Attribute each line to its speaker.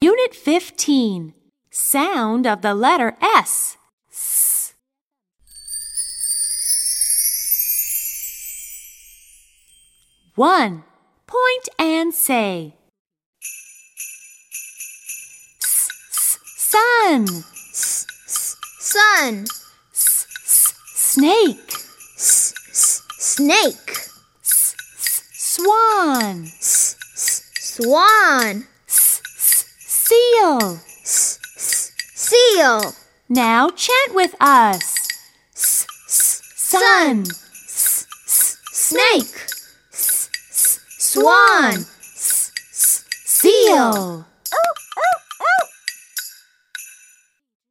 Speaker 1: Unit 15 Sound of the letter S. S. One. Point and say. S, s, sun.
Speaker 2: S, s, sun.
Speaker 1: S, s, snake.
Speaker 2: S, s, snake.
Speaker 1: S, s, swan.
Speaker 2: S, s, swan.
Speaker 1: S, s, seal.
Speaker 2: S, s, seal.
Speaker 1: Now chant with us.
Speaker 2: S, s,
Speaker 1: Sun.
Speaker 2: S, s, snake. S, s, swan.
Speaker 1: S, s, seal.